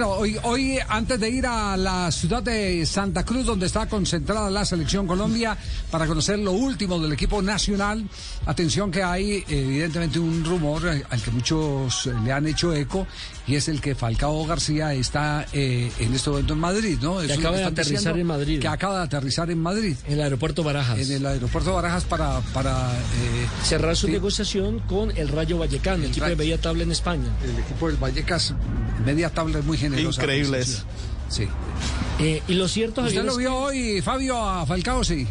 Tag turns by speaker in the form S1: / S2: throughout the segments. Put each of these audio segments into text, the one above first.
S1: hoy, hoy, antes de ir a la ciudad de Santa Cruz, donde está concentrada la selección Colombia, para conocer lo último del equipo nacional, atención que hay evidentemente un rumor al que muchos eh, le han hecho eco, y es el que Falcao García está eh, en este momento en Madrid, ¿no?
S2: Que acaba de aterrizar en Madrid.
S1: Que acaba de aterrizar en Madrid.
S2: En el aeropuerto Barajas.
S1: En el aeropuerto Barajas para... para eh,
S2: Cerrar su sí. negociación con el Rayo Vallecano, el equipo Rayo. de media tabla en España.
S1: El equipo del Vallecas, media tabla es muy generosa.
S3: Increíble eso.
S1: Sí.
S2: Eh, y lo cierto,
S1: Javier, ¿Usted lo vio que... hoy, Fabio, a Falcao, sí?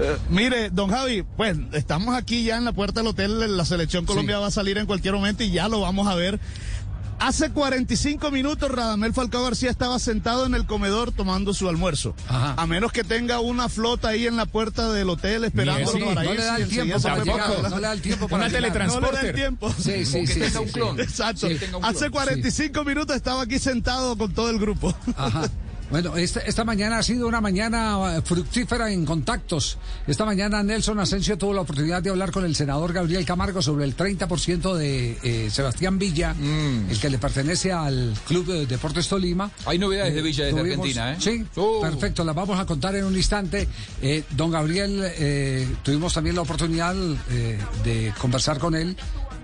S3: Eh, mire, don Javi, pues estamos aquí ya en la puerta del hotel, la selección Colombia sí. va a salir en cualquier momento y ya lo vamos a ver. Hace 45 minutos Radamel Falcao García estaba sentado en el comedor tomando su almuerzo. Ajá. A menos que tenga una flota ahí en la puerta del hotel esperando sí, para
S1: no
S3: ir.
S1: Le da el tiempo para llegar, no le da el tiempo para
S3: una teletransporte. No le da el tiempo.
S1: Sí, sí, sí,
S3: tenga un clon. Exacto. Sí, tenga un clon. Hace 45 minutos estaba aquí sentado con todo el grupo.
S1: Ajá. Bueno, esta, esta, mañana ha sido una mañana eh, fructífera en contactos. Esta mañana Nelson Asensio tuvo la oportunidad de hablar con el senador Gabriel Camargo sobre el 30% de eh, Sebastián Villa, mm. el que le pertenece al Club de Deportes Tolima.
S4: Hay novedades eh, de Villa desde tuvimos, Argentina, ¿eh?
S1: Sí, oh. perfecto, las vamos a contar en un instante. Eh, don Gabriel, eh, tuvimos también la oportunidad eh, de conversar con él.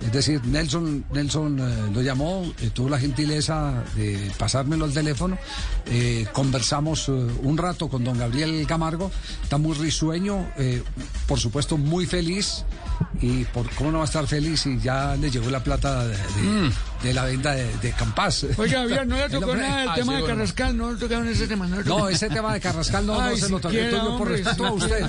S1: Es decir, Nelson, Nelson eh, lo llamó, eh, tuvo la gentileza de pasármelo al teléfono. Eh, conversamos un rato con don Gabriel Camargo. Está muy risueño, eh, por supuesto muy feliz. Y por cómo no va a estar feliz si ya le llegó la plata de, de, mm. de la venta de, de Campás.
S5: Oiga, Gabriel, no le tocó nada del ah, tema sí, de Carrascal, no, no tocaron ese tema. No,
S1: no, ese tema de Carrascal no, Ay, no se si lo toqué. por respeto a usted.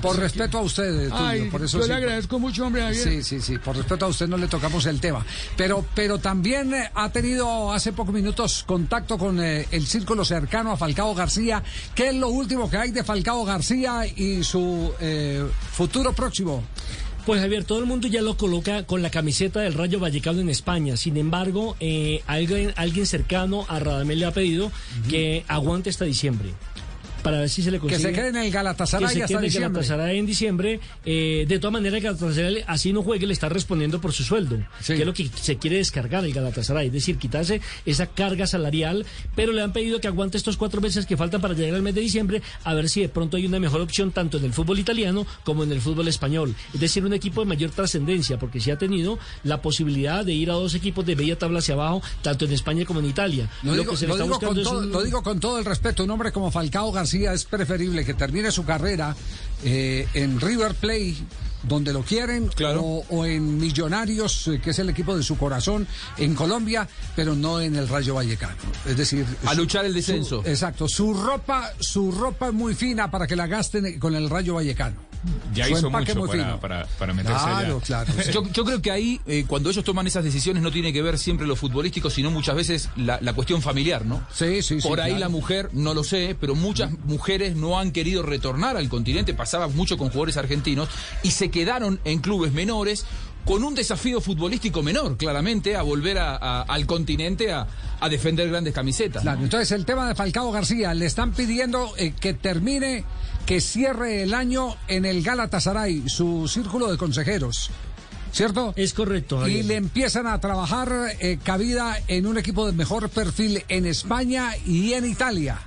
S1: Por respeto a usted, eh, Tulio, por eso
S5: yo
S1: sí,
S5: le agradezco mucho, hombre, Javier.
S1: Sí, sí, sí, por respeto a usted no le tocamos el tema. Pero, pero también eh, ha tenido hace pocos minutos contacto con eh, el círculo cercano a Falcao García. ¿Qué es lo último que hay de Falcao García y su eh, futuro próximo?
S2: Pues Javier, todo el mundo ya lo coloca con la camiseta del Rayo Vallecano en España. Sin embargo, eh, alguien, alguien cercano a Radamel le ha pedido uh -huh. que aguante hasta diciembre para ver si se le consigue.
S1: Que se quede en el Galatasaray
S2: Pues que se
S1: hasta
S2: quede
S1: diciembre.
S2: En Galatasaray en diciembre. Eh, de todas maneras, el Galatasaray, así no juegue, le está respondiendo por su sueldo. Sí. Que es lo que se quiere descargar el Galatasaray. Es decir, quitarse esa carga salarial. Pero le han pedido que aguante estos cuatro meses que faltan para llegar al mes de diciembre. A ver si de pronto hay una mejor opción tanto en el fútbol italiano como en el fútbol español. Es decir, un equipo de mayor trascendencia. Porque sí ha tenido la posibilidad de ir a dos equipos de media tabla hacia abajo, tanto en España como en Italia.
S1: Lo, digo, lo que se lo está digo buscando con todo, un... lo digo con todo el respeto. Un hombre como Falcao García es preferible que termine su carrera eh, en River Plate donde lo quieren, claro. o, o, en Millonarios, eh, que es el equipo de su corazón, en Colombia, pero no en el Rayo Vallecano. Es decir,
S4: a su, luchar el descenso.
S1: Su, exacto, su ropa, su ropa es muy fina para que la gasten con el Rayo Vallecano.
S6: Ya su hizo mucho muy para, para, para, meterse
S1: claro,
S6: allá.
S1: Claro, sí.
S4: yo, yo, creo que ahí, eh, cuando ellos toman esas decisiones, no tiene que ver siempre lo futbolístico, sino muchas veces la, la cuestión familiar, ¿no?
S1: Sí, sí,
S4: Por
S1: sí,
S4: ahí
S1: claro.
S4: la mujer, no lo sé, pero muchas mujeres no han querido retornar al continente, pasaba mucho con jugadores argentinos, y se quedaron en clubes menores con un desafío futbolístico menor, claramente, a volver a, a, al continente a, a, defender grandes camisetas.
S1: Claro, ¿no? entonces el tema de Falcao García, le están pidiendo eh, que termine, que cierre el año en el Galatasaray, su círculo de consejeros. ¿Cierto?
S2: Es correcto. Javier.
S1: Y le empiezan a trabajar eh, cabida en un equipo de mejor perfil en España y en Italia.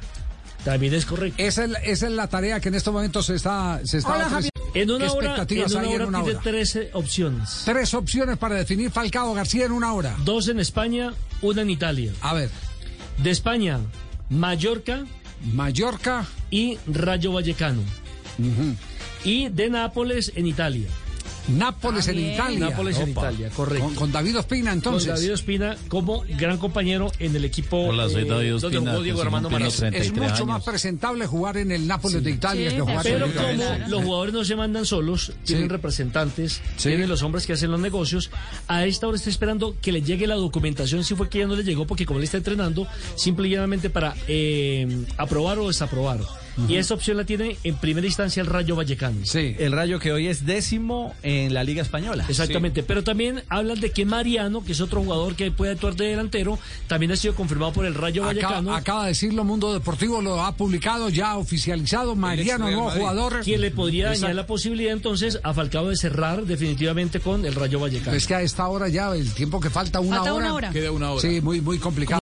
S2: También es correcto.
S1: Esa es, esa es la tarea que en este momento se está, se está
S2: Hola, en una hora, en una hora, en una tiene hora? tres opciones.
S1: Tres opciones para definir Falcao García en una hora.
S2: Dos en España, una en Italia.
S1: A ver.
S2: De España, Mallorca.
S1: Mallorca.
S2: Y Rayo Vallecano. Uh -huh. Y de Nápoles en Italia.
S1: Nápoles También. en Italia.
S2: Nápoles Opa. en Italia, correcto.
S1: Con, con, David Ospina, entonces.
S2: Con David Ospina como gran compañero en el equipo. eh,
S6: Hola, soy David Ospina.
S1: Diego Armando es, es, mucho años. más presentable jugar en el Nápoles sí. de Italia sí, que jugar
S2: Pero
S1: en el
S2: como sí. los jugadores no se mandan solos, tienen representantes, tienen los hombres que hacen los negocios. A esta hora está esperando que le llegue la documentación, si fue que ya no le llegó, porque como le está entrenando, simple y llanamente para eh, aprobar o desaprobar. Y esa opción la tiene en primera instancia el Rayo Vallecano.
S7: Sí.
S1: Eh,
S7: El Rayo que hoy es décimo en la Liga Española.
S2: Exactamente, pero también hablan de que Mariano, que es otro jugador que puede actuar de delantero, también ha sido confirmado por el Rayo Vallecano.
S1: Acaba, acaba de decirlo Mundo Deportivo, lo ha publicado, ya oficializado, Mariano, nuevo Madrid. jugador.
S2: Quien le podría dañar Exacto. la posibilidad entonces a Falcao de cerrar definitivamente con el Rayo Vallecano.
S1: Es que a esta hora ya, el tiempo que falta una,
S8: Falta
S1: hora,
S8: una hora.
S4: Queda una hora.
S1: Sí, muy, muy complicado.